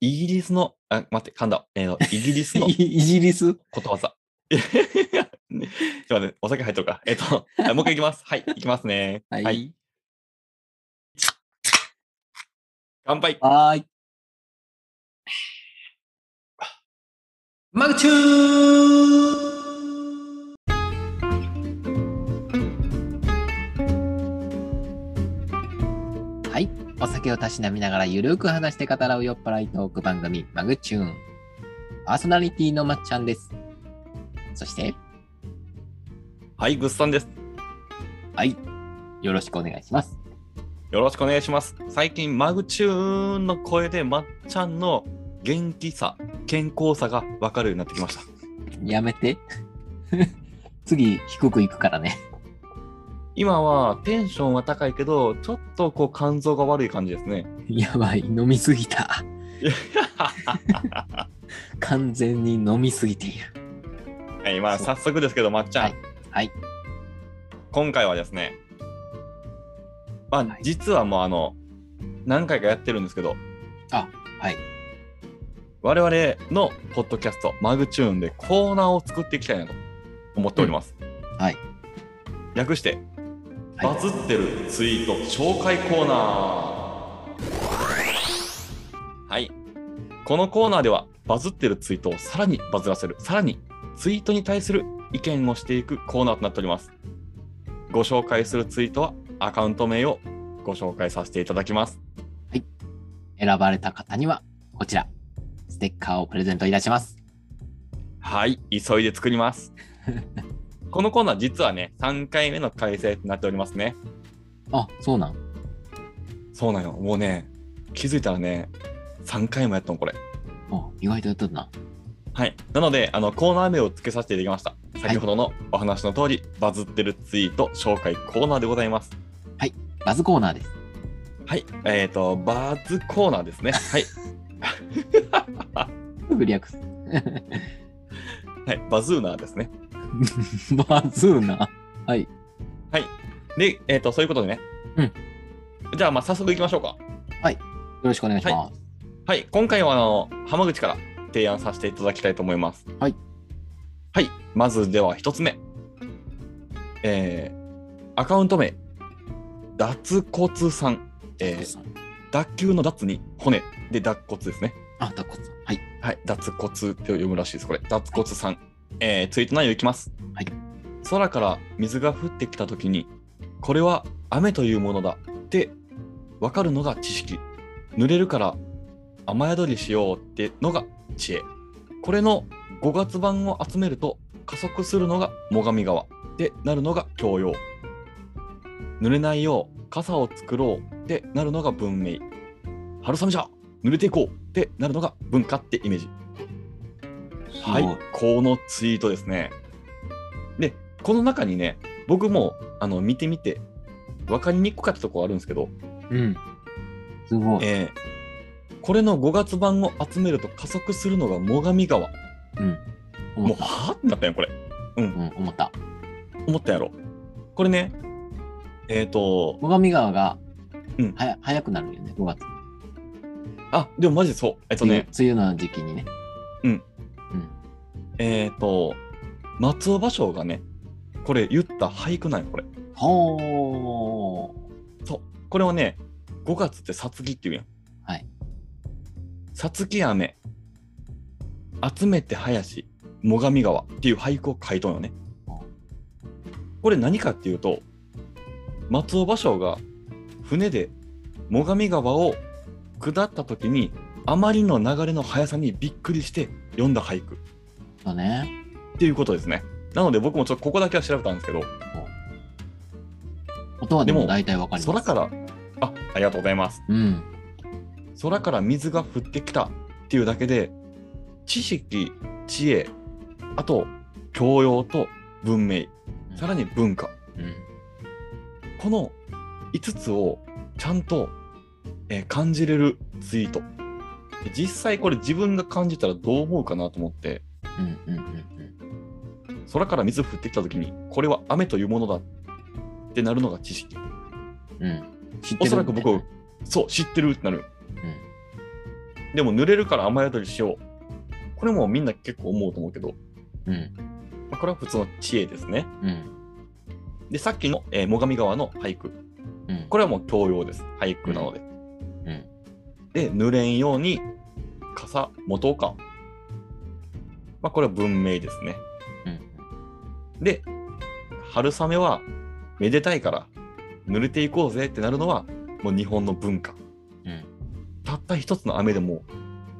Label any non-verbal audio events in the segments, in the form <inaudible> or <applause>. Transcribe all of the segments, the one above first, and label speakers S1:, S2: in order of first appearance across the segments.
S1: イギリスの、あ、待って、噛んだ。えー、イギリ
S2: <laughs>
S1: スの
S2: イイギリス
S1: ことわざ。 <laughs> すいません、お酒入っとるか。えっ、と、あもう一回いきます。はい、いきますね。
S2: はい。
S1: はい、乾杯。
S2: はーい。マグチューはい。お酒をたしなみながらゆるく話して語らう酔っ払いトーク番組、マグチューン。パーソナリティのまっちゃんです。そして、
S1: はい、グッさんです。
S2: はい。よろしくお願いします。
S1: よろしくお願いします。最近、マグチューンの声で、まっちゃんの元気さ、健康さが分かるようになってきました。
S2: やめて。 <laughs> 次、低くいくからね。
S1: 今はテンションは高いけど、ちょっとこう肝臓が悪い感じですね。
S2: やばい、飲みすぎた。完全に飲みすぎている。
S1: はい、まあ
S2: そう
S1: 早速ですけど、まっちゃん、
S2: はい。
S1: 今回はですね、まあ
S2: はい
S1: 実はもうあの、何回かやってるんですけど、
S2: あ、はい。
S1: 我々のポッドキャスト、マグチューンでコーナーを作っていきたいなと思っております。
S2: はい。
S1: 略して、
S2: はい
S1: バズってるツイート紹介コーナー。はい。このコーナーでは、バズってるツイートをさらにバズらせる、さらにツイートに対する意見をしていくコーナーとなっております。ご紹介するツイートは、アカウント名をご紹介させていただきます。
S2: 選ばれた方には、こちら、ステッカーをプレゼントいたします。
S1: はい、急いで作り <laughs> ます。このコーナー、実はね、3回目の開催となっておりますね。
S2: あ、そうなん。
S1: そうなんよ。もうね、気づいたらね、3回もやったの、これ。
S2: あ意外とやっとるな。
S1: はい。なので、あの、コーナー名を付けさせていただきました。先ほどのお話の通り、バズってるツイート紹介コーナーでございます。
S2: バズコーナーです。
S1: はい。えっ、と、バズコーナーですね。はい。
S2: すぐ略す。
S1: はい。バズーナーですね。
S2: <laughs> バズーな。はい。
S1: で、えっ、と、そういうことでね。
S2: うん。
S1: じゃあ、まあ、早速行きましょうか。
S2: よろしくお願いします。
S1: はい、今回はあの浜口から提案させていただきたいと思います。
S2: はい。
S1: はい、まずでは一つ目。えー、アカウント名、脱骨さん。えー、脱臼の脱に骨で脱骨ですね。
S2: あ、たこさん。はい。
S1: はい、脱骨って読むらしいです、これ。脱骨さん。えー、ツイート内容いきます。
S2: はい。
S1: 空から水が降ってきたときに、これは雨というものだって分かるのが知識。濡れるから雨宿りしようってのが知恵。これの5月版を集めると加速するのが最上川でなるのが教養。濡れないよう傘を作ろうってなるのが文明。春雨じゃ濡れていこうってなるのが文化ってイメージ。は
S2: すご
S1: い、このツイートですね。で、この中にね、僕もあの見てみて、分かりにくかったところあるんですけど、
S2: うん。すごい。
S1: えーこれの5月版を集めると加速するのが最上川。
S2: うん。思
S1: も
S2: っ
S1: う、はぁってなったんや、これ。
S2: た。うん、思った。
S1: 思ったやろ。これね、えっ、と、
S2: 最上川が、
S1: うん
S2: はや早くなるよね、5月。
S1: あ、でもマジでそう。えっ、とね、
S2: 梅雨梅雨の時期にね。
S1: うん。
S2: うん。
S1: えっ、と、松尾芭蕉がね、これ言った俳句なんよ、これ。
S2: ほー。
S1: そう。これはね、5月ってさつきっていうやん。
S2: はい。
S1: さつき雨、集めて林、最上川っていう俳句を書いとんよね
S2: あ。
S1: これ何かっていうと、松尾芭蕉が船で最上川を下った時に、あまりの流れの速さにびっくりして読んだ俳句。
S2: だね。
S1: っていうことですね。なので僕もちょっとここだけは調べたんですけど、
S2: 音はで
S1: で
S2: も
S1: も
S2: 大体わかります。
S1: 空から、あ、ありがとうございます。
S2: うん。
S1: 空から水が降ってきたっていうだけで知識知恵あと教養と文明さらに文化
S2: うん。
S1: この5つをちゃんと、えー感じれるツイートで実際これ自分が感じたらどう思うかなと思って
S2: うんうんうん
S1: 空から水降ってきた時にこれは雨というものだってなるのが知識
S2: うん。うん。知ってる
S1: おそらく僕
S2: うん。
S1: そう知ってるってなるでも濡れるから雨宿りしよう。これもみんな結構思うと思うけど、
S2: うん。
S1: まあこれは普通の知恵ですね。
S2: うん。
S1: で、さっきの、えー、最上川の俳句。
S2: うん。
S1: これはもう教養です。俳句なので。
S2: うん。
S1: で、濡れんように傘持とうか。まあ、これは文明ですね。
S2: うん。
S1: で、春雨はめでたいから濡れていこうぜってなるのはもう日本の文化。
S2: うん。
S1: たった一つの雨でも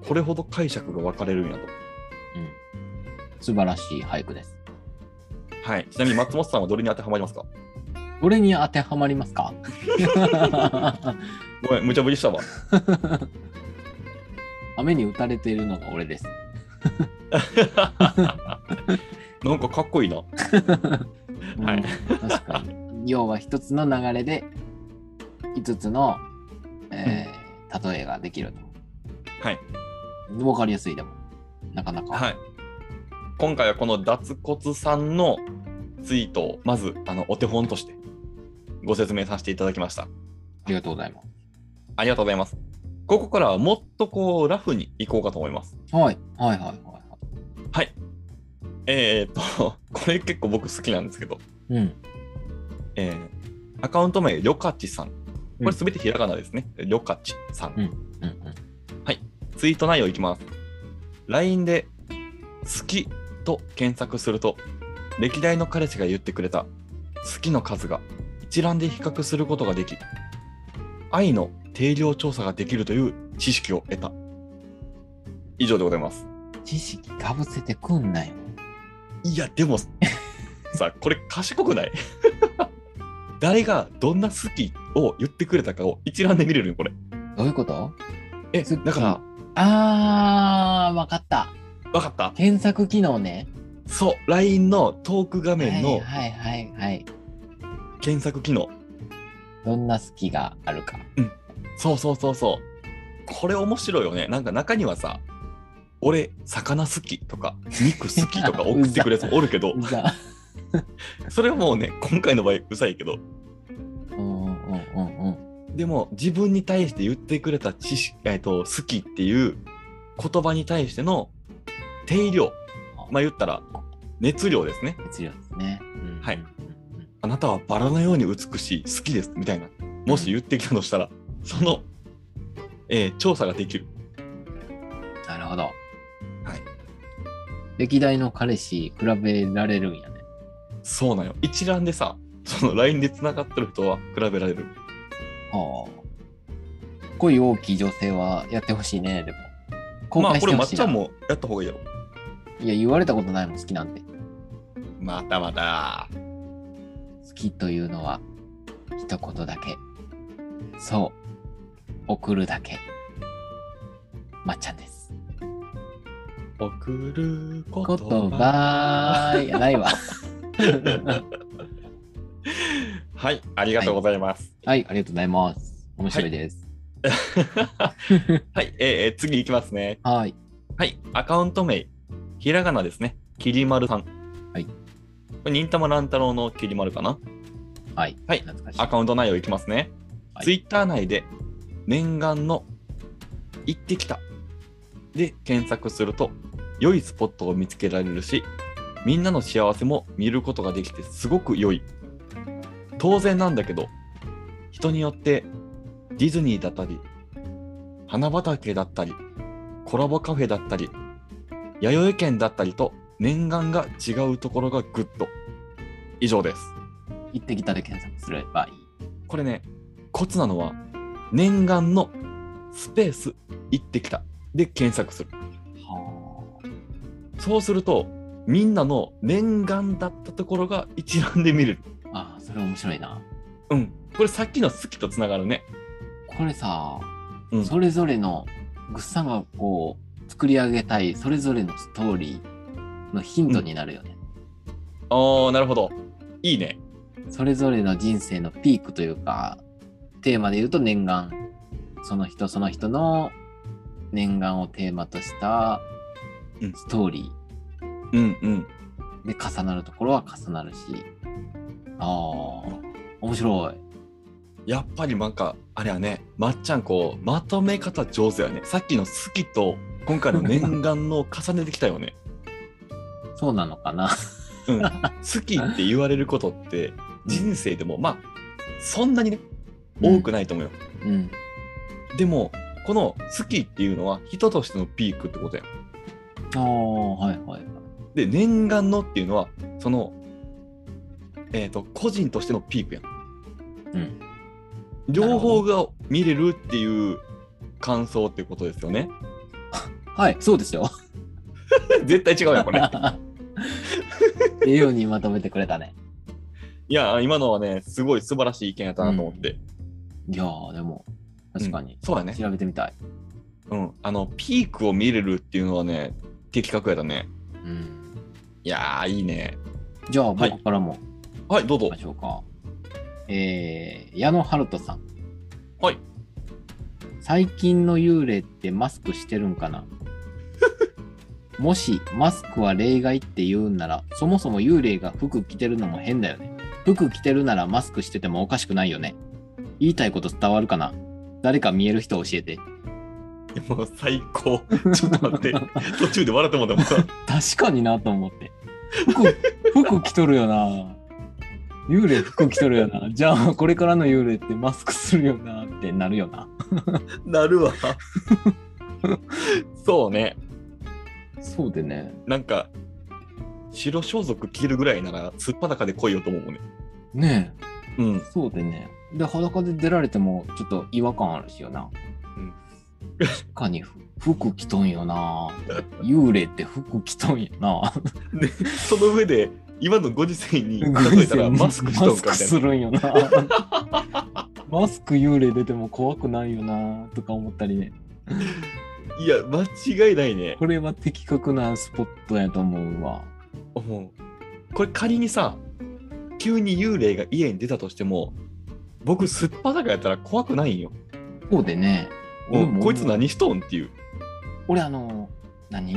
S1: これほど解釈が分かれるんやと。
S2: うん。素晴らしい俳句です。
S1: はい。ちなみに松本さんはどれに当てはまりますか
S2: どれに当てはまりますか
S1: ごめん、無茶ぶりした <laughs> わ。
S2: 雨に打たれているのが俺です。
S1: なんかかっ <laughs> こいいな。はい
S2: うん確かに。要は一つの流れで5つの、えー例えができる
S1: はい。
S2: と。わかりやすいでも。なかなか。
S1: はい。今回はこの脱骨さんのツイートをまずあのお手本としてご説明させていただきました。
S2: ありがとうございます。
S1: ありがとうございます。ここからはもっとこうラフに行こうかと思います。
S2: はい。はいはいはいは
S1: はい。えー、っと、 <laughs> これ結構僕好きなんですけど、
S2: い。うん。
S1: えーアカウント名、りょかちさん。これすべてひらがなですね。りょかちさん。
S2: うんうん。
S1: ツイート内容いきます。LINE で好きと検索すると、歴代の彼氏が言ってくれた好きの数が一覧で比較することができ、愛の定量調査ができるという知識を得た。以上でございます。
S2: 知識かぶせてくんなよ。
S1: いや、
S2: <laughs>
S1: でも、さ、これ賢くない <laughs> 誰がどんな好きを言ってくれたかを一覧で見れるよ、これ。
S2: どういうこと
S1: え、
S2: 好き
S1: だから、
S2: あー、わかった。
S1: わかった。
S2: 検索機能ね。
S1: そう、LINE のトーク画面の
S2: はいはいはいはい。
S1: 検索機能。
S2: どんな好きがあるか。
S1: そうそうそうそう。これ面白いよね。なんか中にはさ、俺、魚好きとか、肉好きとか送ってくるやつおるけど
S2: <laughs> う、ざ。
S1: それはもうね、今回の場合、うざいけど、
S2: うんうんうんうん。
S1: でも自分に対して言ってくれた知識、えっと好きっていう言葉に対しての定量まあ言ったら熱量ですね
S2: 熱量ですね。うん
S1: はい
S2: うん
S1: あなたはバラのように美しい好きですみたいなもし言ってきたとしたら、その、えー調査ができる。
S2: うんなるほど。はい歴代の彼氏比べられるんやね。
S1: そうなの一覧でさその LINE でつながってる人は比べられる
S2: はあ。恋大きい女性はやってほしいね、でも。公
S1: まあ
S2: 開し
S1: これ
S2: てほ
S1: まっ
S2: しい
S1: ち
S2: な
S1: ゃんもやった方がいいやろ
S2: いや、言われたことないもん、好きなんて。
S1: またまた
S2: 好きというのは、一言だけ。そう。送るだけ。まっちゃんです。
S1: 送る言
S2: 言
S1: 葉
S2: 葉
S1: <laughs>
S2: やないわ。
S1: はいありがとうございます、
S2: はい、ありがとうございます。面白いです。
S1: はい、えーえー次いきますね。
S2: はい。
S1: はい、アカウント名、ひらがなですね。きりまるさん。
S2: はい。
S1: これ、忍たま乱太郎のきりまるかな。
S2: はい。
S1: はい
S2: 懐かしい。
S1: アカウント内容いきますね。
S2: はい
S1: ツイッター内で、念願の行ってきたで検索すると、良いスポットを見つけられるし、みんなの幸せも見ることができてすごく良い。当然なんだけど、人によってディズニーだったり、花畑だったり、コラボカフェだったり、弥生県だったりと念願が違うところがグッド。以上です。
S2: 行ってきたで検索すればいい。
S1: これね、コツなのは、念願のスペース行ってきたで検索する。
S2: は
S1: そうすると、みんなの念願だったところが一覧で見れる。
S2: あ。ああ、それ面白いな。
S1: うん。これさっきの好きとつながるね。
S2: これさ、
S1: うん
S2: それぞれの、ぐっさんがこう、作り上げたい、それぞれのストーリーのヒントになるよね。
S1: あー、なるほど。いいね。
S2: それぞれの人生のピークというか、テーマで言うと念願。その人その人の念願をテーマとした
S1: うん
S2: ストーリー。
S1: うんうん。
S2: で重なるところは重なるしああ面白い
S1: やっぱりなんかあれやねまっちゃんこうまとめ方上手やねさっきの「好き」と今回の <laughs> 念願の重ねてきたよね
S2: そうなのかな。
S1: うん好きって言われることって人生でもまあそんなにね多くないと思うよ、
S2: うん。
S1: でもこの「好き」っていうのは人としてのピークってことやん
S2: ああ、はいはい。
S1: で念願のっていうのはそのえっ、と個人としてのピークやん
S2: うん。
S1: 両方が見れるっていう感想っていうことですよね <laughs>
S2: はい、そうですよ。
S1: 絶対違うやんこ
S2: <laughs>
S1: れ
S2: 栄養にまとめてくれたね。
S1: いや今のはねすごい素晴らしい意見やったなと思って、
S2: いやー、でも、確かに、
S1: そうだね
S2: 調べてみたい。
S1: うんあのピークを見れるっていうのはね的確やだね
S2: うん。
S1: いやーいいね
S2: じゃあ、
S1: はい
S2: 僕からも
S1: はいどう
S2: 行
S1: ぞ
S2: きましょうか。えー、矢野春人さん。
S1: はい。
S2: 最近の幽霊ってマスクしてるんか
S1: <laughs>
S2: なもしマスクは例外って言うんならそもそも幽霊が服着てるのも変だよね。服着てるならマスクしててもおかしくないよね。言いたいこと伝わるかな誰か見える人教えて。
S1: もう <laughs> 最高 <laughs> ちょっと待って途中で笑ってもらったもん
S2: 確かになと思って。服、服着とるよな。幽霊服着とるよな。じゃあこれからの幽霊ってマスクするよなってなるよな。
S1: なるわ <laughs> そうね
S2: そうでね。
S1: なんか白装束着るぐらいならすっぱだかで来いよと思うもんね
S2: ね
S1: うん
S2: え。そうでね。で、裸で出られてもちょっと違和感あるしよな。
S1: うん
S2: 確かにふ服着とんよな。幽霊って服着とんよな。
S1: でその上で今のご時世に例えたらマスクしとんか
S2: マ
S1: みたい
S2: スクす
S1: な
S2: るんよな。マスク幽霊出ても怖くないよなとか思ったりね。
S1: いや間違いないね
S2: これは的確なスポットやと思うわ。
S1: もうこれ仮にさ急に幽霊が家に出たとしても僕すっぱだかやったら怖くないんよ、
S2: そうでね。
S1: う
S2: 俺
S1: ん、
S2: も
S1: こいつ何しとんっていう
S2: 俺あの何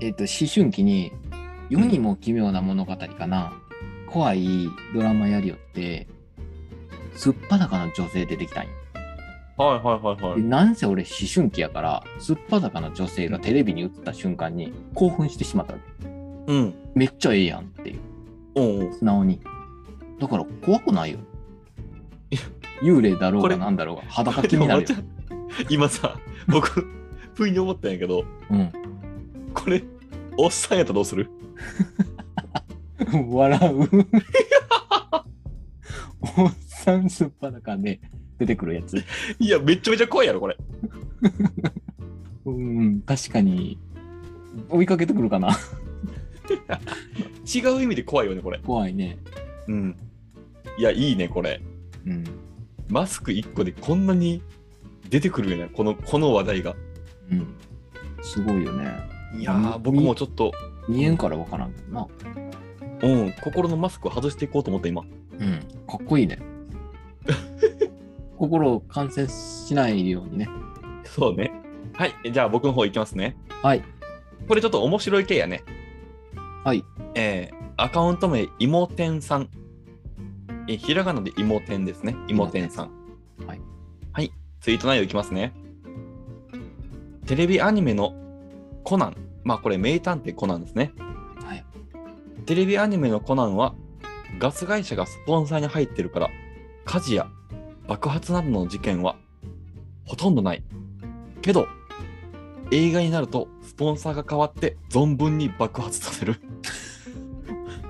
S2: えっ、と思春期に世にも奇妙な物語かな、怖いドラマやりよってすっぱだかな女性出てきたんよ、
S1: はいはいはいは
S2: でなんせ俺思春期やからすっぱだかな女性がテレビに映った瞬間に興奮してしまったわけ
S1: うん
S2: めっちゃええやんっていう
S1: うんうん
S2: 素直にだから怖くないよ幽霊だろう
S1: こ
S2: が
S1: れ
S2: なんだろうが裸気になるよ
S1: で、もまっちゃん今さ僕不意に思ったんやけど
S2: うん
S1: これおっさんやったらどうする
S2: <laughs> 笑う。おっさんすっぱだかで出てくるやつ。
S1: いやめちゃめちゃ怖いやろこれ
S2: うん、確かに。追いかけてくるかな。
S1: 違う意味で怖いよねこれ
S2: 怖いね。
S1: うんいやいいねこれ
S2: うん。
S1: マスク1個でこんなに出てくるよねこのこの話題が
S2: うん。すごいよね。
S1: いや
S2: う
S1: ー
S2: ん
S1: 僕もちょっと、
S2: 見えんからわからんけどな。
S1: うん、心のマスクを外していこうと思った今
S2: うん。かっこいいね。心を感染しないようにね。
S1: そうねはいじゃあ僕の方いきますね
S2: はい。
S1: これちょっと面白い系やね
S2: はい。
S1: えーアカウント名、いもてんさん。えーひらがなでいもてんですね。いもてんさん。
S2: はい。
S1: はい。ツイート内容いきますね。テレビアニメのコナン。まあ、これ、名探偵コナンですね。
S2: はい。
S1: テレビアニメのコナンは、ガス会社がスポンサーに入ってるから、火事や爆発などの事件はほとんどない。けど、映画になると、スポンサーが変わって、存分に爆発させる。 <laughs>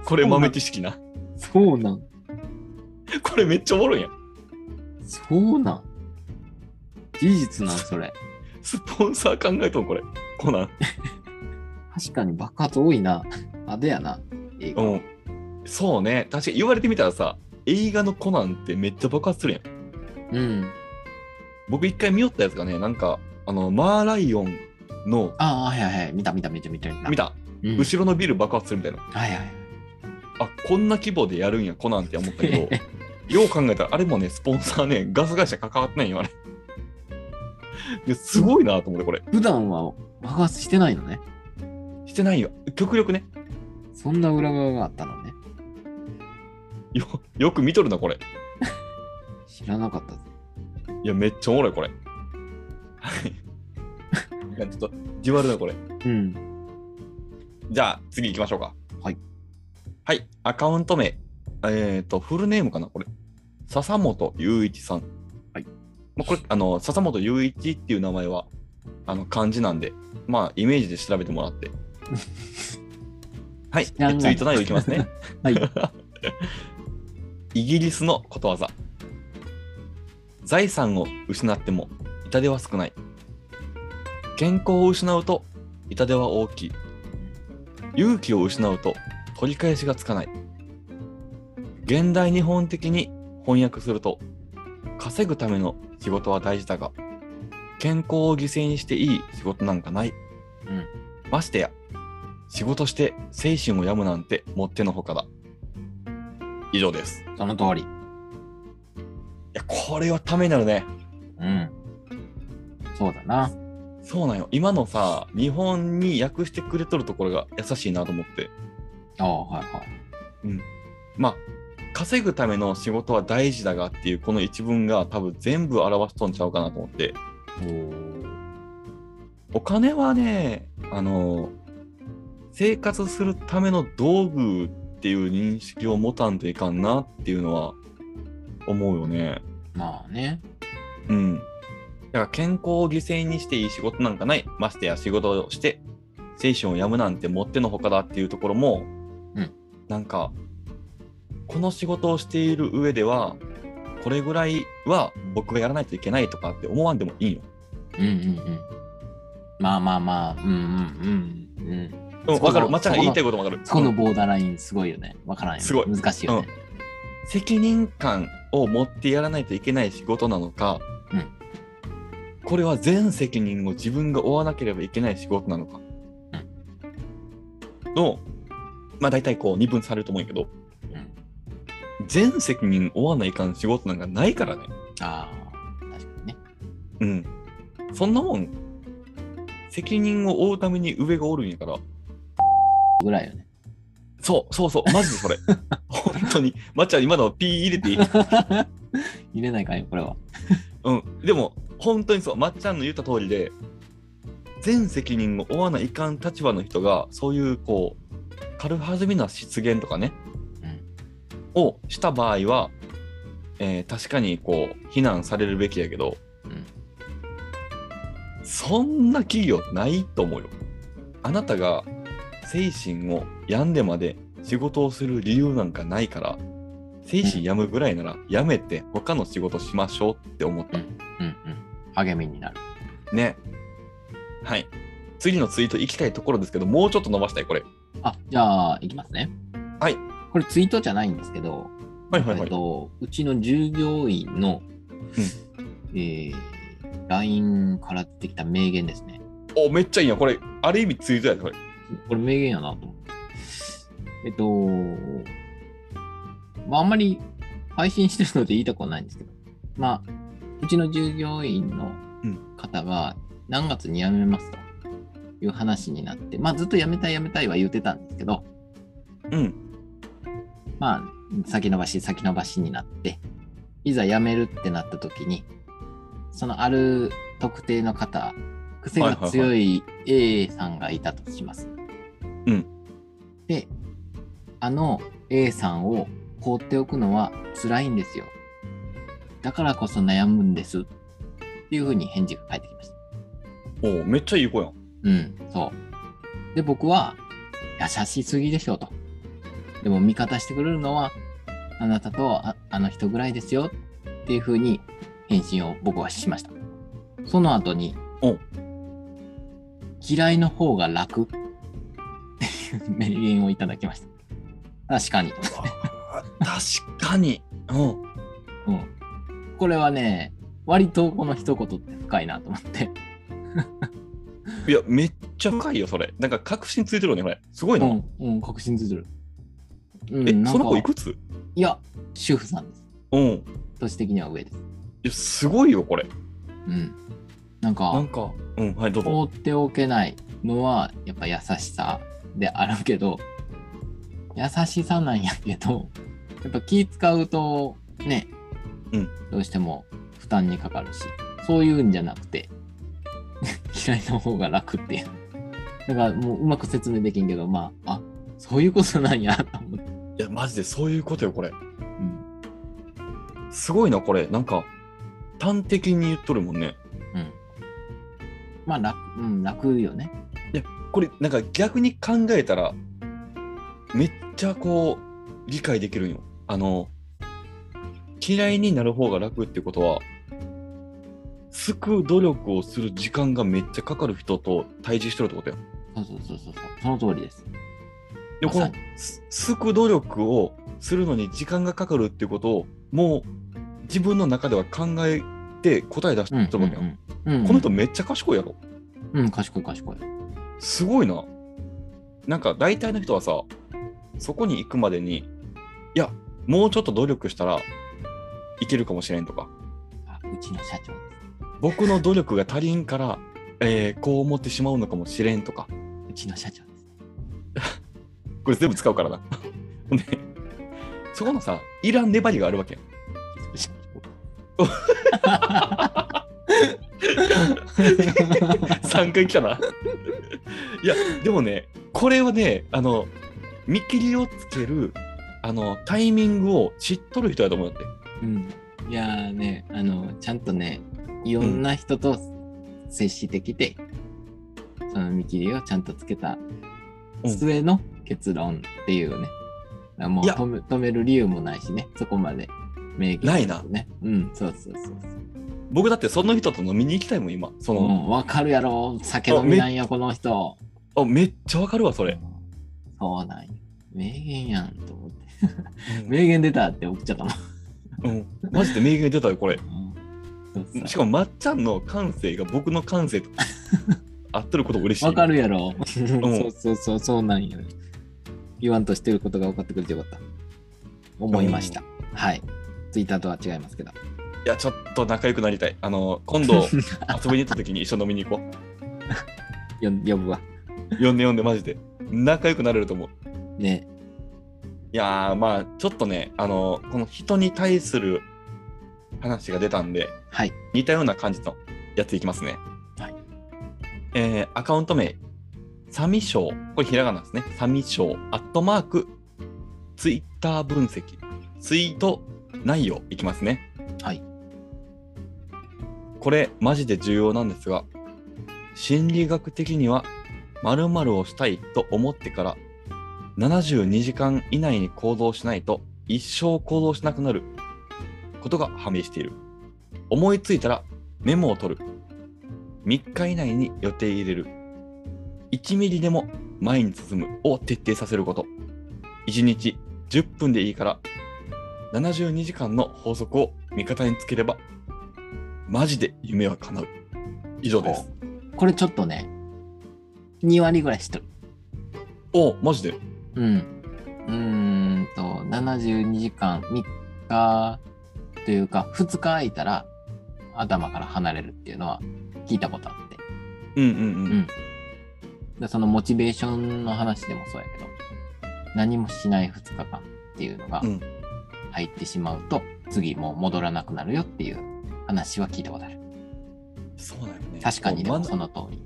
S1: これ豆知識な。
S2: そうなん。
S1: これめっちゃおもろいやん。
S2: そうなん。事実なん、それ。
S1: スポンサー考えとん、これ。コナン。
S2: 確かに爆発多いな。派手やな。映画
S1: うん。そうね。確かに言われてみたらさ、映画のコナンってめっちゃ爆発するやん。
S2: うん。
S1: 僕一回見よったやつがね、なんか、あの、マーライオンの、
S2: ああ、はいはいはい。見た見た見た見た見た。
S1: 見た、
S2: うん
S1: 後ろのビル爆発するみたいな。
S2: はいはい。
S1: あ、こんな規模でやるんや、コナンって思ったけど、
S2: <laughs>
S1: よう考えたら、あれもね、スポンサーね、ガス会社関わってないんよ、あれ。いやすごいなと思って、これ。
S2: 普段は爆発してないのね。
S1: してないよ。極力ね。
S2: そんな裏側があったのね。
S1: よ、よく見とるな、これ。
S2: 知らなかったぜ。
S1: いや、めっちゃおもろい、これ。はい。いやちょっと、デュアルだ、これ。
S2: うん。
S1: じゃあ、次行きましょうか。
S2: はい。
S1: はい、アカウント名。えっ、と、フルネームかな、これ。笹本雄一さん。
S2: はい。
S1: まあ、これ、あの、笹本雄一っていう名前は、あの、漢字なんで、まあ、イメージで調べてもら
S2: <laughs>
S1: って。はい、で
S2: 知らんがな
S1: ツイート内容いきますね。
S2: <laughs> はい。
S1: イギリスのことわざ。財産を失っても痛手は少ない。健康を失うと痛手は大きい。勇気を失うと取り返しがつかない。現代日本的に翻訳すると、稼ぐための仕事は大事だが、健康を犠牲にしていい仕事なんかない。
S2: うん
S1: ましてや、仕事して精神を病むなんてもってのほかだ。以上です。
S2: その通り。
S1: いや、これはためになるね。
S2: うん。そうだな。
S1: そうなんよ。今のさ、日本に訳してくれとるところが優しいなと思って。
S2: ああ、はいはい。
S1: まあ、稼ぐための仕事は大事だがっていうこの一文が多分全部表しとんちゃうかなと思って。
S2: おー
S1: お金はね、あの、生活するための道具っていう認識を持たんといかんなっていうのは思うよね。
S2: まあね。
S1: うん。だから健康を犠牲にしていい仕事なんかない。ましてや仕事をして、精神を病むなんてもってのほかだっていうところも、
S2: うん
S1: なんか、この仕事をしている上では、これぐらいは僕がやらないといけないとかって思わんでもいいよ。
S2: うんうんうん。まあまあまあ、うんうんうんうん。
S1: うん、
S2: そこ
S1: わ
S2: の
S1: かる。まっちゃんが言い
S2: そ
S1: たい
S2: こ
S1: こともわかる。
S2: そこのボーダーラインすごいよね。わからんよ、ね。
S1: すごい
S2: 難しいよね。
S1: 責任感を持ってやらないといけない仕事なのか、
S2: うん
S1: これは全責任を自分が負わなければいけない仕事なのか、の、まあ大体こう二分されると思うんやけど、
S2: うん
S1: 全責任負わないかん仕事なんかないからね。
S2: ああ、確かにね。
S1: うん。そんなもん、責任を負うために上がおるんやから、
S2: ぐらいよね。 <laughs>
S1: そうそうそう、マジでそれ。本当に。まっちゃん今のピー入れていい
S2: 入れないかんよ、これは。
S1: うん、でも本当にそうまっちゃんの言った通りで全責任を負わないかん立場の人がそういうこう軽はずみな失言とかね、をした場合は、えー確かにこう非難されるべきやけど、
S2: うん
S1: そんな企業ないと思うよ。あなたが精神を病んでまで仕事をする理由なんかないから精神病むぐらいならやめて他の仕事しましょうって思った。
S2: うんうん。励みになる。
S1: ね。はい。次のツイート行きたいところですけど、もうちょっと伸ばしたい、これ。
S2: あ、じゃあ、いきますね。
S1: はい。
S2: これツイートじゃないんですけど、
S1: はいはいは
S2: えっ
S1: い。
S2: と、うちの従業員の、えー、LINE から出てきた名言ですね。
S1: お、めっちゃいいやんこれ、ある意味ツイートやでこれ。
S2: これ名言やなと思って。えっと、まああんまり配信してるので言いたくはないんですけど、まあ、うちの従業員の
S1: うん
S2: 方が何月に辞めますという話になって、まあずっと辞めたい辞めたいは言ってたんですけど、
S1: うん。
S2: まあ、先延ばし先延ばしになって、いざ辞めるってなった時に、そのある特定の方、癖が強い A さんがいたとします。
S1: うん
S2: で、あの A さんを放っておくのは辛いんですよ。だからこそ悩むんです。っていうふうに返事が返ってきました。
S1: お、めっちゃいい子やん。
S2: うん、そう。で、僕は、優しすぎでしょうと。でも、味方してくれるのは、あなたとああの人ぐらいですよっていうふうに返信を僕はしました。その後に
S1: お、
S2: 嫌いの方が楽っていう名言をいただきました。確かに。
S1: <laughs> 確かに。うん。
S2: うん。これはね、割とこの一言って深いなと思って。
S1: いや、めっちゃ深いよ、それ。なんか確信ついてるよね、これ。すごいな。
S2: うん、うん、確信ついてる。うん
S1: え、
S2: なんか
S1: その子いくつ
S2: いや、主婦さんです。
S1: うん。
S2: 年的には上です。
S1: いや、すごいよ、これ。
S2: うん。な
S1: な
S2: んか
S1: ん、か、うん、はい、どうぞ。
S2: 放っておけないのは、やっぱ優しさであるけど、優しさなんやけど、やっぱ気使うと、ね、
S1: うん
S2: どうしても負担にかかるしそういうんじゃなくて <laughs> 嫌いな方が楽っていうだからもううまく説明できんけどまああそういうことなんやと思って、
S1: いやマジでそういうことよこれ
S2: うん
S1: すごいなこれなんか端的に言っとるもんね
S2: うん、まあ楽,、うん、楽よね
S1: これなんか逆に考えたらめっちゃこう理解できるんよあの嫌いになる方が楽ってことは救う努力をする時間がめっちゃかかる人と対峙してるってことや
S2: そうそうそうそうそうその通りです
S1: でもこ
S2: ま
S1: の
S2: さ
S1: す救う努力をするのに時間がかかるってことをもう自分の中では考えて答え出してるわけや、
S2: うんうんうんうん
S1: この人めっちゃ賢いやろ
S2: うん賢い賢い
S1: すごいな。なんか大体の人はさ、そこに行くまでに、いや、もうちょっと努力したらいけるかもしれんとか、
S2: あうちの社長です
S1: 僕の努力が足りんから、えーこう思ってしまうのかもしれんとか、
S2: うちの社長です
S1: これ全部使うからな。 <laughs> ね、そこのさ、いらん粘りがあるわけやん。3回来たな。いや、でもね、これはね、あの、見切りをつける、あの、タイミングを知っとる人やと思うんだって。
S2: <laughs> うん、いやーねあのちゃんとねいろんな人と接してきて、その見切りをちゃんとつけた
S1: うん
S2: 末の結論っていうね、だからもう
S1: いや
S2: 止め止める理由もないしねそこまで明言
S1: ないな
S2: するねうんそうそうそうそう
S1: 僕だってその人と飲みに行きたいもん今その、
S2: もう分かるやろ酒飲みなんやこの人
S1: あめっちゃわかるわそれ、
S2: そうなんや名言やんと思って名言出たって送っちゃったもん
S1: うん、マジで名言出たよこれ
S2: そうそう
S1: しかもまっちゃんの感性が僕の感
S2: <laughs>
S1: 性と合ってること嬉しい
S2: わかるやろ、 <laughs> そううそうそうそうなんよ言わんとしてることが分かってくれてよかった思いました、はいツイッターとは違いますけど
S1: いやちょっと仲良くなりたいあの今
S2: <laughs>
S1: 度遊びに行った時に一緒に飲みに行こ
S2: よ呼ぶわ
S1: う呼んで呼んでマジで仲良くなれると思う
S2: ね
S1: いやーまあちょっとねあのこの人に対する話が出たんで
S2: はい
S1: 似たような感じのやついきますね。
S2: はい。
S1: えーアカウント名、サミショウ。これひらがなですね。サミショウ。アットマーク、ツイッター分析。ツイート内容いきますね。
S2: はい
S1: これ、マジで重要なんですが、心理学的には、〇〇をしたいと思ってから、72時間以内に行動しないと、一生行動しなくなることが判明している。思いついたらメモを取る。3日以内に予定入れる。1ミリでも前に進むを徹底させること。1日10分でいいから、72時間の法則を味方につければ、マジで夢は叶う。以上です。
S2: これちょっとね2割ぐらい知っとる
S1: おお、マジで。
S2: うんうーんと72時間3日というか2日空いたら頭から離れるっていうのは聞いたことあって
S1: うんうんうん。
S2: でそのモチベーションの話でもそうやけど何もしない2日間っていうのが
S1: うん
S2: 入ってしまうと、次もう戻らなくなるよっていう話は聞いたことある
S1: そうだよね。
S2: 確かにで
S1: こう
S2: も
S1: ま
S2: その通り、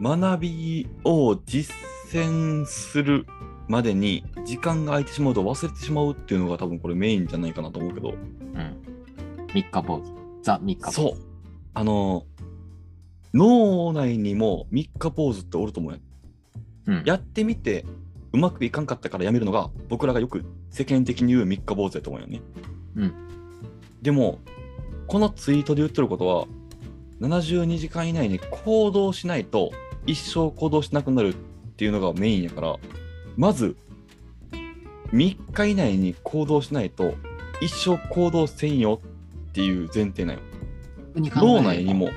S2: うん、
S1: 学びを実践するまでに時間が空いてしまうと忘れてしまうっていうのが多分これメインじゃないかなと思うけど
S2: うん、3日坊主ザ3日坊主
S1: そうあの脳内にも3日ポーズっておると思うやん
S2: うん、
S1: やってみてうまくいかんかったからやめるのが僕らがよく世間的に言う三日坊主やと思うよね。
S2: うん
S1: でもこのツイートで言ってることは72時間以内に行動しないと一生行動しなくなるっていうのがメインやからまず3日以内に行動しないと一生行動せんよっていう前提なんよ。
S2: 逆に考えれば
S1: 脳内にも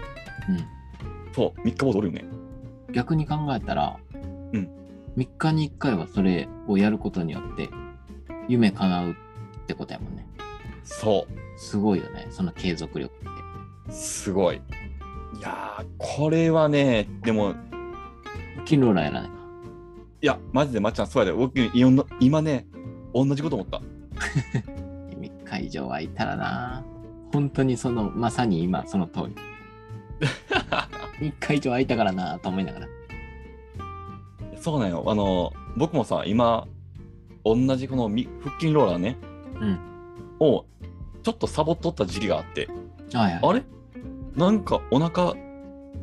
S1: そう3日坊主おるよね。
S2: うん、逆に考えたら、
S1: うん
S2: 3日に1回はそれをやることによって夢叶うってことやもんね
S1: そう
S2: すごいよねその継続力って
S1: すごい。いやー、これはね、でも、
S2: 昨日らやらないか
S1: いや、マジでまっちゃん、そうやで、僕、いろんな今ね、同じこと思った。
S2: 3会場はいたらな本当にそのまさに今その <laughs> 通り一回以上空いたからなと思いながら
S1: そうなんよ。あの、僕もさ、今、同じこのみ腹筋ローラーね、
S2: ん
S1: をちょっとサボっとった時期があって、
S2: はいはい
S1: あれなんかお腹、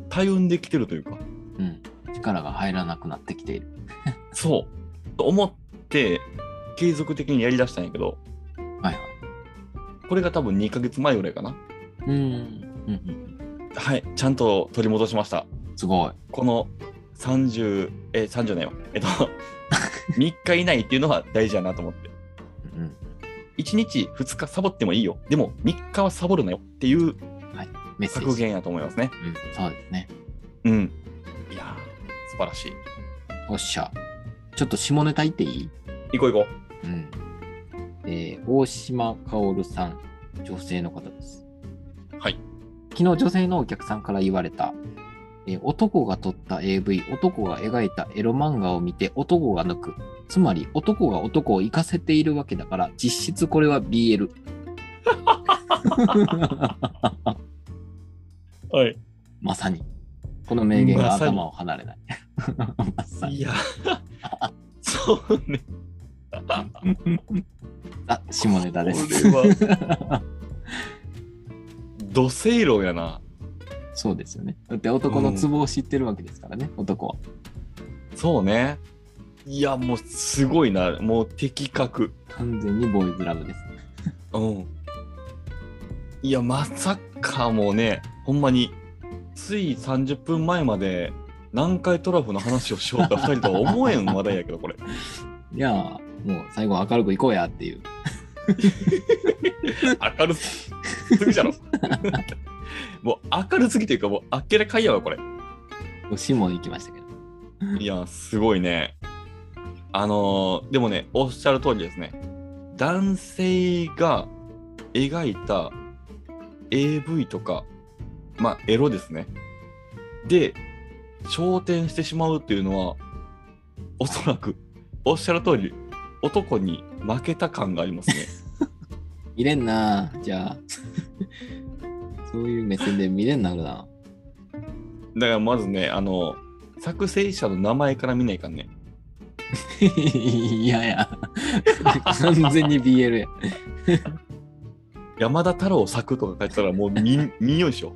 S1: 体運できてるというか、
S2: うん、力が入らなくなってきている
S1: そう、と思って、継続的にやりだしたんやけど、
S2: はいはい
S1: これが多分2ヶ月前ぐらいかな。
S2: うんうんうん
S1: はい、ちゃんと取り戻しました。
S2: すごい
S1: この30、え、30年よ。えっ <laughs> と、3日以内っていうのは大事やなと思って。
S2: うん
S1: 1日2日サボってもいいよ。でも3日はサボるなよっていう
S2: メッセージ
S1: 削減やと思いますね。
S2: うん、そうですね
S1: うん。いやー、素晴らしい。
S2: おっしゃちょっと下ネタ言っていい
S1: 行こう行こ
S2: うんえー大島かおるさん女性の方です
S1: はい
S2: 昨日女性のお客さんから言われた、えー男が撮った AV 男が描いたエロ漫画を見て男が抜くつまり男が男を生かせているわけだから実質これ
S1: <laughs>
S2: は BL
S1: う。はい。
S2: まさにこの名言が
S1: まさに
S2: 頭を離れない <laughs> まさに
S1: いやー、 <laughs> そうね。
S2: あ下ネタです
S1: これは。土星論やな。
S2: <laughs> そうですよね。だって男のツボを知ってるわけですからね、男は。
S1: そうね。いや、もうすごいな。もう的確。
S2: 完全にボーイズラブです。
S1: うん。いや、まさかもうね、ほんまに、つい30分前まで南海トラフの話をしようと2人とは思えん話題やけど、これ。
S2: いやー、もう最後明るくいこうやっていう。
S1: 明るすぎじゃろ。もう明るすぎというか、もうあっけらかいやわ、これ。
S2: もうシモン行きましたけど。
S1: いや、すごいね。あのーでもね、おっしゃる通りですね。男性が描いた AV とか、まあ、エロですね。で、焦点してしまうっていうのは、おそらく、おっしゃる通り、男に負けた感がありますね。
S2: 見れんなー、じゃあ。 <laughs> そういう目線で見れんなるな。 <laughs>
S1: だから、まずね、あの、作成者の名前から見ないかんね。
S2: いやいや。完全に BL や。
S1: 山田太郎作とか書いてたらもう見
S2: <laughs>
S1: 見んよいしょ。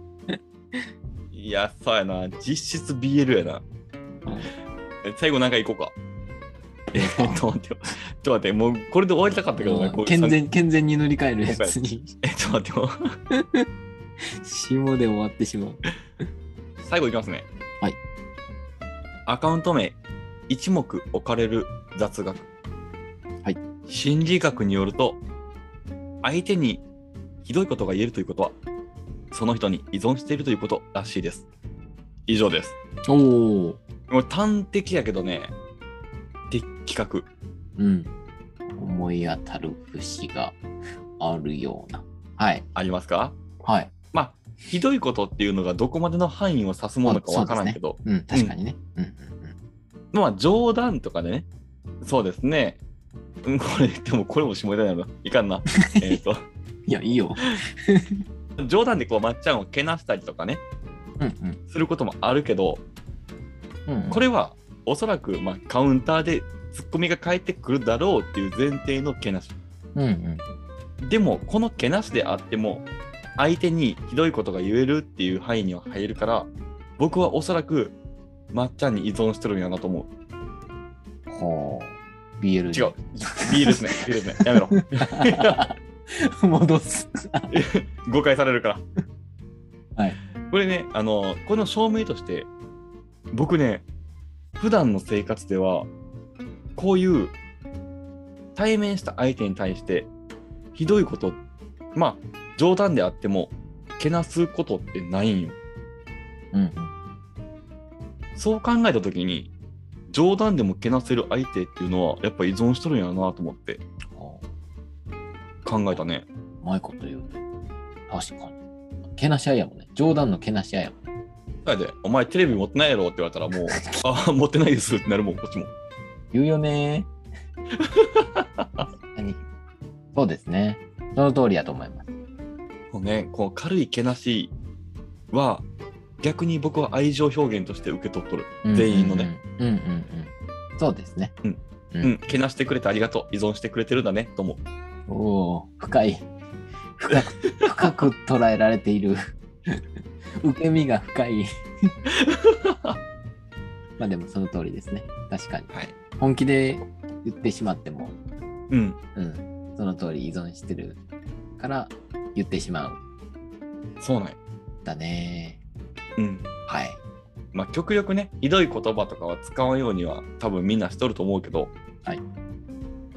S1: いや、そうやな。実質 BL やな。え最後なんか行こうか。えー、ちょっと待ってよ。ちょっと待って、もうこれで終わりたかったけどな。こういう
S2: 健
S1: さん
S2: 全、健全に塗り替えるやつに、
S1: えー、ちょっと待って <laughs> よ。
S2: シモで終わってしまう。
S1: 最後いきますね。
S2: はい。
S1: アカウント名、一目置かれる雑学。
S2: はい。
S1: 心理学によると、相手にひどいことが言えるということは、その人に依存しているということらしいです。以上です。
S2: おお。
S1: もう端的やけどね、的確。
S2: うん。思い当たる節があるような。はい。
S1: ありますか
S2: はい。
S1: まあ、ひどいことっていうのがどこまでの範囲を指すものかわからんけど、
S2: うん、確かにね。うんうんうん。
S1: まあ、冗談とかでね、そうですね。うん、これ、でもこれも下ネタなの。いかん
S2: <laughs>
S1: な。えっと、
S2: いや、いいよ。
S1: 冗談でこう、まっちゃんをけなしたりとかね、
S2: うん
S1: することもあるけど、
S2: うん。うん、
S1: これはおそらく、まあ、カウンターでツッコミが返ってくるだろうっていう前提のけなし。
S2: うんうん。
S1: でもこのけなしであっても相手にひどいことが言えるっていう範囲には入るから僕はおそらくまっちゃんに依存してるんやなと思う
S2: ほう。BL <laughs>
S1: 違うビールですねビールですねやめろ <laughs>
S2: う。戻す。
S1: 誤解されるから
S2: はい
S1: これねあのこの証明として僕ね普段の生活ではこういう対面した相手に対してひどいことまあ冗談であってもけなすことってないんよ
S2: うんうん。
S1: そう考えたときに、冗談でもけなせる相手っていうのは、やっぱ依存しとるんやろなと思って
S2: ほ
S1: 考えたね。
S2: う。うまいこと言うね。確かに。けなし合いやもんね。冗談のけなし合いやもん。
S1: だって、お前テレビ持ってないやろって言われたら、 <laughs> もう、ああ、持ってないですってなるもん、こっちも。 <laughs>
S2: 言うよねー。何そうですね。その通りやと思います。
S1: こうね、こう軽いけなしは逆に僕は愛情表現として受け取っとる。全員のね。
S2: うんうんうん。そうですね。う
S1: うんん、けなしてくれてありがとう。依存してくれてるんだね、とも。
S2: おお、深い。深く、深く捉えられ
S1: <laughs>
S2: ている。受け身が深い。 <laughs> まあでもその通りですね。確かに。
S1: はい。
S2: 本気で言ってしまっても、
S1: うん。
S2: うん、その通り依存してるから言ってしまうん
S1: そうなんよ
S2: だね。
S1: うん。
S2: はい。
S1: まあ、極力ね、ひどい言葉とかは使わんようには多分みんなしとると思うけど、
S2: はい。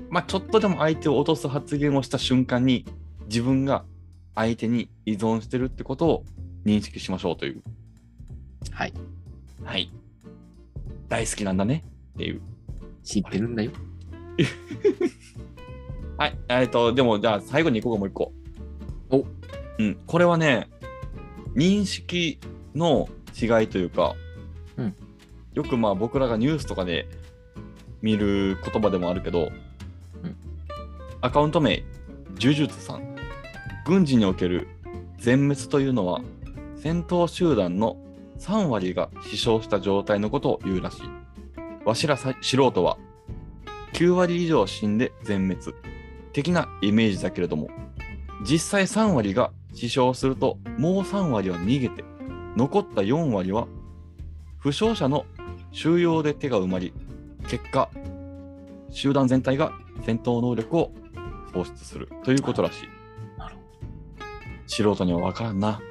S1: まあ、ちょっとでも相手を落とす発言をした瞬間に、自分が相手に依存してるってことを認識しましょうという。
S2: はい。
S1: はい。大好きなんだねっていう。
S2: 知ってるんだよ。
S1: はい。えっ、と、でも、じゃあ最後に行こうか、もう一個。
S2: お
S1: うん。これはね、認識の違いというか、
S2: うん
S1: よくまあ僕らがニュースとかで見る言葉でもあるけど、
S2: うん
S1: アカウント名、呪術さん。軍事における全滅というのは、戦闘集団の3割が死傷した状態のことを言うらしい。わしらさ素人は、9割以上死んで全滅。的なイメージだけれども実際3割が死傷するともう3割は逃げて残った4割は負傷者の収容で手が埋まり結果集団全体が戦闘能力を喪失するということらしい
S2: なる
S1: 素人には分からんな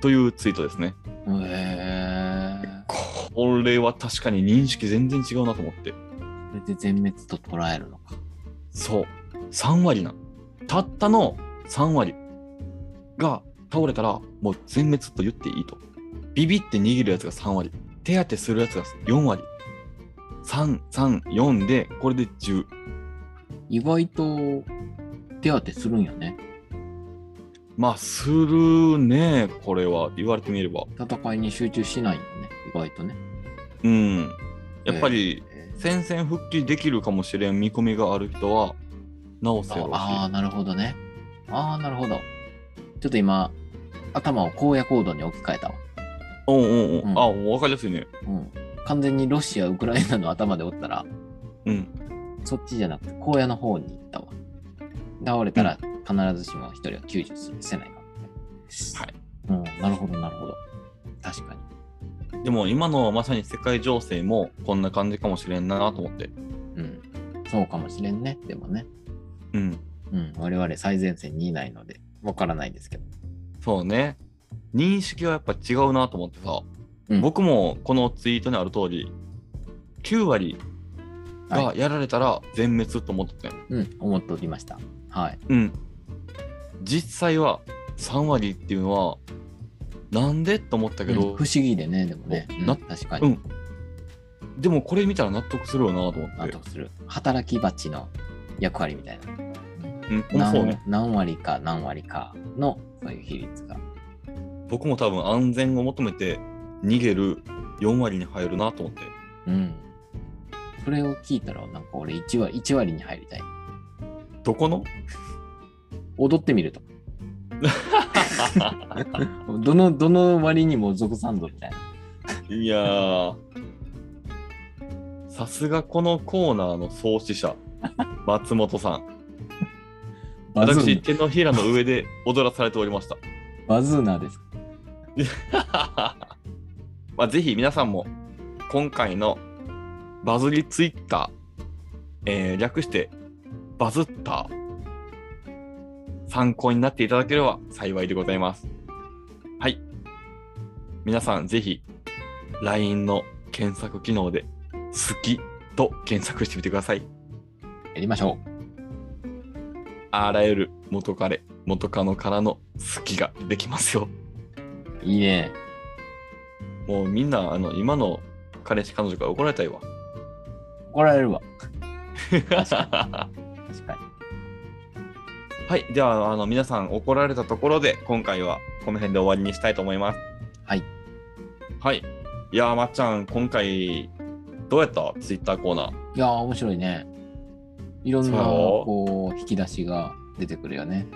S1: というツイートですね
S2: ほど。えー。
S1: これは確かに認識全然違うなと思って
S2: それで全滅と捉えるのか。
S1: そう3割なんたったの3割が倒れたらもう全滅と言っていいとビビって逃げるやつが3割手当てするやつが4割334でこれで10
S2: 意外と手当てするんよね。
S1: まあするねこれは言われてみれば
S2: 戦いに集中しないよね。意外とね。
S1: うんやっぱり
S2: えー
S1: 戦線復帰できるかもしれん見込みがある人は直せやろ
S2: ああー、
S1: う
S2: なるほどね。ああ、なるほど。ちょっと今、頭を荒野行動に置き換えたわ。
S1: しうんうんう
S2: うん
S1: んああ分かりやすいね
S2: うん。完全にロシア、ウクライナの頭でおったら、
S1: うん
S2: そっちじゃなくて荒野の方に行ったわ。倒れたら必ずしも一人は救助するせないから。はい。うん、なるほど、なるほど。確かに。
S1: でも今のまさに世界情勢もこんな感じかもしれんなと思って
S2: うん。そうかもしれんね。でもね。
S1: うん
S2: うん、我々最前線にいないので、わからないですけど。
S1: そうね。認識はやっぱ違うなと思ってさ、
S2: うん
S1: 僕もこのツイートにある通り、9割が
S2: は
S1: やられたら全滅と思ってたよ、
S2: うん、思っておりました。はい。
S1: うん。実際は3割っていうのは、なんでと思ったけ
S2: うん
S1: ど
S2: 不、思議でね、でもね。
S1: お
S2: うん
S1: な
S2: 確か
S1: う
S2: に。
S1: ん。でもこれ見たら納得するよなと思っ
S2: 納
S1: て。
S2: 得する。働き蜂の役割みたいな。
S1: うん、ほんま
S2: 何
S1: そうね。
S2: 何割か何割かの、そういう比率が。
S1: 僕も多分安全を求めて逃げる4割に入るなと思って。
S2: うん。それを聞いたら、なんか俺1割、1割に入りたい。
S1: どこの
S2: 踊ってみると。 <laughs> どの、どの割にも属さんぞみたいな。
S1: いやー、さすがこのコーナーの創始者、松本さん。
S2: バズ
S1: 私、
S2: ー
S1: 手のひらの上で踊らされておりました。
S2: ナ、バズーナです。
S1: <laughs> まあ、ぜひ皆さんも、今回のバズりツイッター、えー略してバズった参考になっていただければ幸いでございます。はい。皆さん、ぜひ、LINE の検索機能で、好きと検索してみてください。
S2: やりましょ
S1: あらゆる元彼、元カノからの好きができますよ。
S2: う。いいね。
S1: もうみんな、あの、今の彼氏、彼女から怒られたいわ。
S2: 怒られるわ。確かに。
S1: はい、では、あの、皆さん怒られたところで、今回はこの辺で終わりにしたいと思います。
S2: はい。
S1: はい。いやー、まっちゃん、今回、どうやったツイッターコーナー。
S2: いやー、面白いね。いろんな、
S1: そう
S2: こう、引き出しが出てくるよね。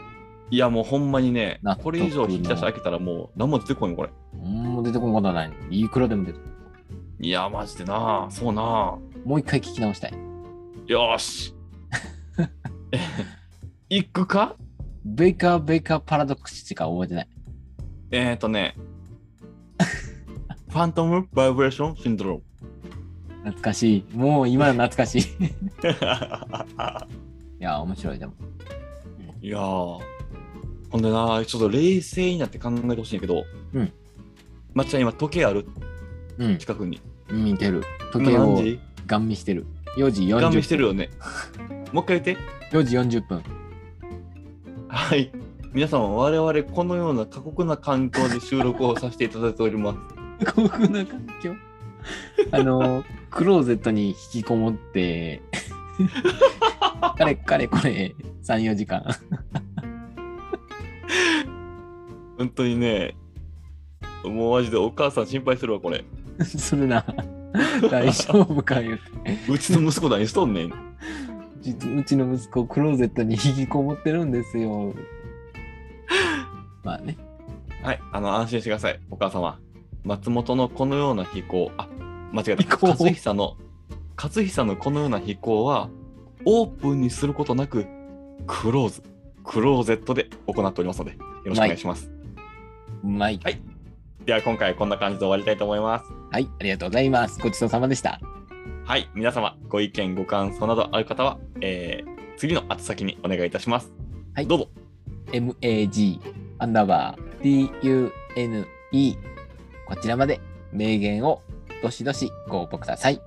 S1: いやもうほんまにね
S2: 納、得
S1: これ以上引き出し開けたらもう何も出てこいもんこれ。
S2: うん、もう出てこんことはない。いくらでも出てこん
S1: いやマジでな、そうな。
S2: もう一回聞き直したい。
S1: よーし。 <laughs> 行くか
S2: ベイカー・ベイカー・パラドックスしか覚えてない。
S1: えー、と
S2: <laughs>
S1: ね。ファントム・バイブレーション・シンドローム。
S2: 懐かしい。もう今の懐
S1: <laughs>
S2: かしい。いや、面白いでも。
S1: いやー、ほんでな、ちょっと冷静になって考えてほしいんやけど、
S2: うん。
S1: まっちゃん、今、時計ある
S2: うん、
S1: 近くに。
S2: 見てる。時
S1: 今
S2: 計を
S1: 何時
S2: ガン見してる。4時
S1: ガン見して
S2: 40
S1: る
S2: 分。
S1: よ
S2: <laughs>
S1: ね。もう一回言って。
S2: 4時40分。
S1: <laughs> はい。皆様、我々、このような過酷な環境で収録をさせていただいております。 <laughs>
S2: 孤独な環境あのクローゼットに引きこもって
S1: <laughs>
S2: かれかれこれ34時間
S1: 本当にね、もうマジでお母さん心配するわ、これ。
S2: するな大丈夫かよ
S1: うちの息子何しとんねん。
S2: うちの息子クローゼットに引きこもってるんですよ <laughs> まあね
S1: はい、あの、安心してください、お母様。松本のこのような飛行、あ、間違え
S2: 飛
S1: た。
S2: 行
S1: 勝久の、勝久のこのような飛行は、オープンにすることなく、クローズ、クローゼットで行っておりますので、よろしくお願いします。
S2: うまい
S1: はいでは、今回こんな感じで終わりたいと思います。
S2: はいありがとうございますごちそうさまでした
S1: はい、皆様、ご意見、ご感想などある方は、えー、次の宛先にお願いいたします。
S2: はい
S1: どうぞ。
S2: MAG アンダーバー DUNE こちらまで名言をどしどしご応募ください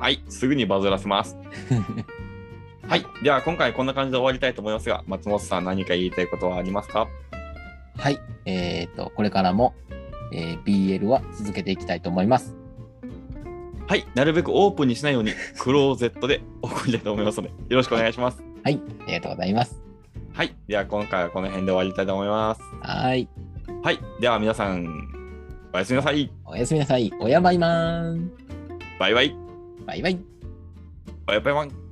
S1: はい、すぐにバズらせ <laughs> ます。はい、では今回こんな感じで終わりたいと思いますが、松本さん何か言いたいことはありますか
S2: はい、えー、と、これからも、えー BL は続けていきたいと思います。
S1: はい、なるべくオープンにしないように、クローゼット <laughs> でお送りたいと思いますので、よろしくお願いします。
S2: はい、ありがとうございます。
S1: はい、では今回はこの辺で終わりたいと思います。
S2: はーい、
S1: はい、では皆さん、おやすみなさい。
S2: おやすみなさい。おやばいまーん。
S1: バイバイ。
S2: バイバイ。
S1: バイバイバイ。